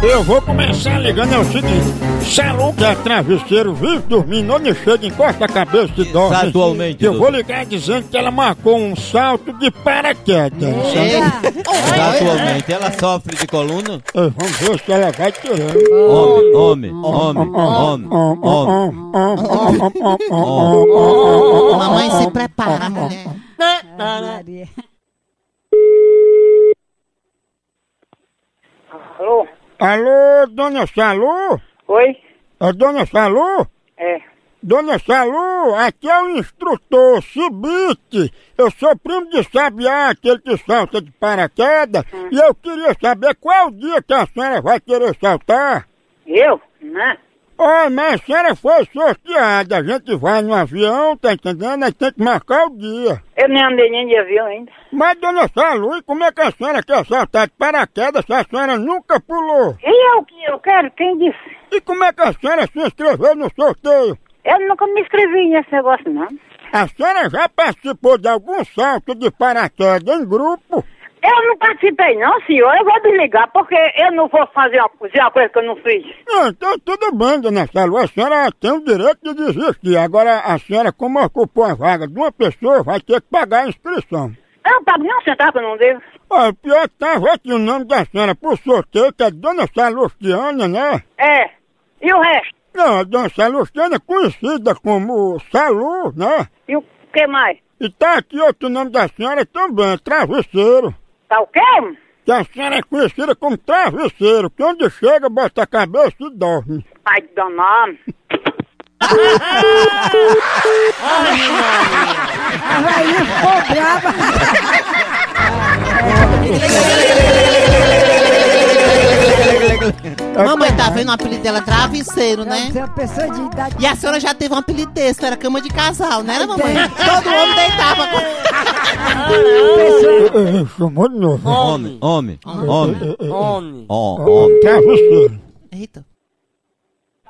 Eu vou começar ligando, é o seguinte: Saru que é travesseiro, vive dormindo, onde chega, encosta a cabeça e dorme. Exatamente, Eu vou doutor. ligar dizendo que ela marcou um salto de paraquedas. É. sabe? Atualmente, ela sofre de coluna? Ei, Vamos ver se ela vai tirando. Homem, homem, homem, homem, homem. Mamãe se prepara, mulher. Maria. Alô? Alô, dona Salu? Oi? É dona Salu? É. Dona Salu, aqui é o instrutor Cibite. Eu sou primo de Sabiá, aquele que salta de paraquedas. E eu queria saber qual o dia que a senhora vai querer saltar. Eu? Né? Oi, mas a senhora foi sorteada. A gente vai no avião, tá entendendo? Aí tem que marcar o dia. Eu nem andei nem de avião ainda. Mas, dona Salu, e como é que a senhora quer saltar de paraquedas se a senhora nunca pulou? E eu que eu quero? Quem disse? E como é que a senhora se inscreveu no sorteio? Eu nunca me inscrevi nesse negócio, não. A senhora já participou de algum salto de paraquedas em grupo? Eu não participei, não, senhor. Eu vou desligar, porque eu não vou fazer uma, fazer uma coisa que eu não fiz. Não, então tudo bem, dona Salu, a senhora tem o direito de desistir. Agora, a senhora, como ocupou a vaga de uma pessoa, vai ter que pagar a inscrição. Eu não pago nem um centavo que eu não devo. Ó, o pior que tava aqui o nome da senhora pro sorteio, que é Dona Salustiana, né? É. E o resto? Não, a Dona Salustiana é conhecida como Salu, né? E o que mais? E tá aqui outro nome da senhora também, é Travesseiro. Tá o quê? Que a senhora é conhecida como travesseiro, que onde chega, bota a cabeça e dorme. Pai de danado. Ô, brava. Mamãe tá vendo o apelido dela travesseiro, né? Você é uma pessoa de idade. E a senhora já teve um apelido desse, era cama de casal, né, mamãe? Todo homem deitava com. Eh, eh, Chamou de novo. Homem, homem, É, homem, Homem. homem. Travesseiro. Eita.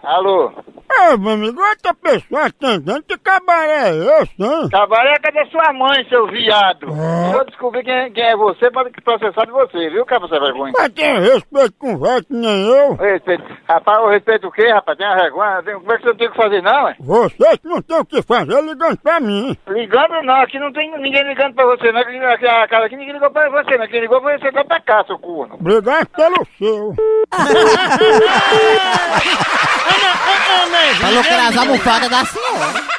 Alô? Ah, meu amigo, outra pessoa atendendo, que cabaré é esse, hein? Cabaré, cadê sua mãe, seu viado? Se eu descobrir quem, quem é você, pode processar de você, viu, cara, você é vergonha? Mas tem respeito com o velho que nem eu. Respeito. Rapaz, eu respeito o quê, rapaz? Tem a vergonha? Tem- Como é que você não tem o que fazer, não, é? Vocês que não tem o que fazer ligando pra mim. Ligando não, aqui não tem ninguém ligando pra você, não. Aqui, aqui, a casa aqui ninguém ligou pra você, não. Quem ligou foi você tá pra cá, seu corno. Obrigado pelo seu. Falou que era as almofadas da senhora.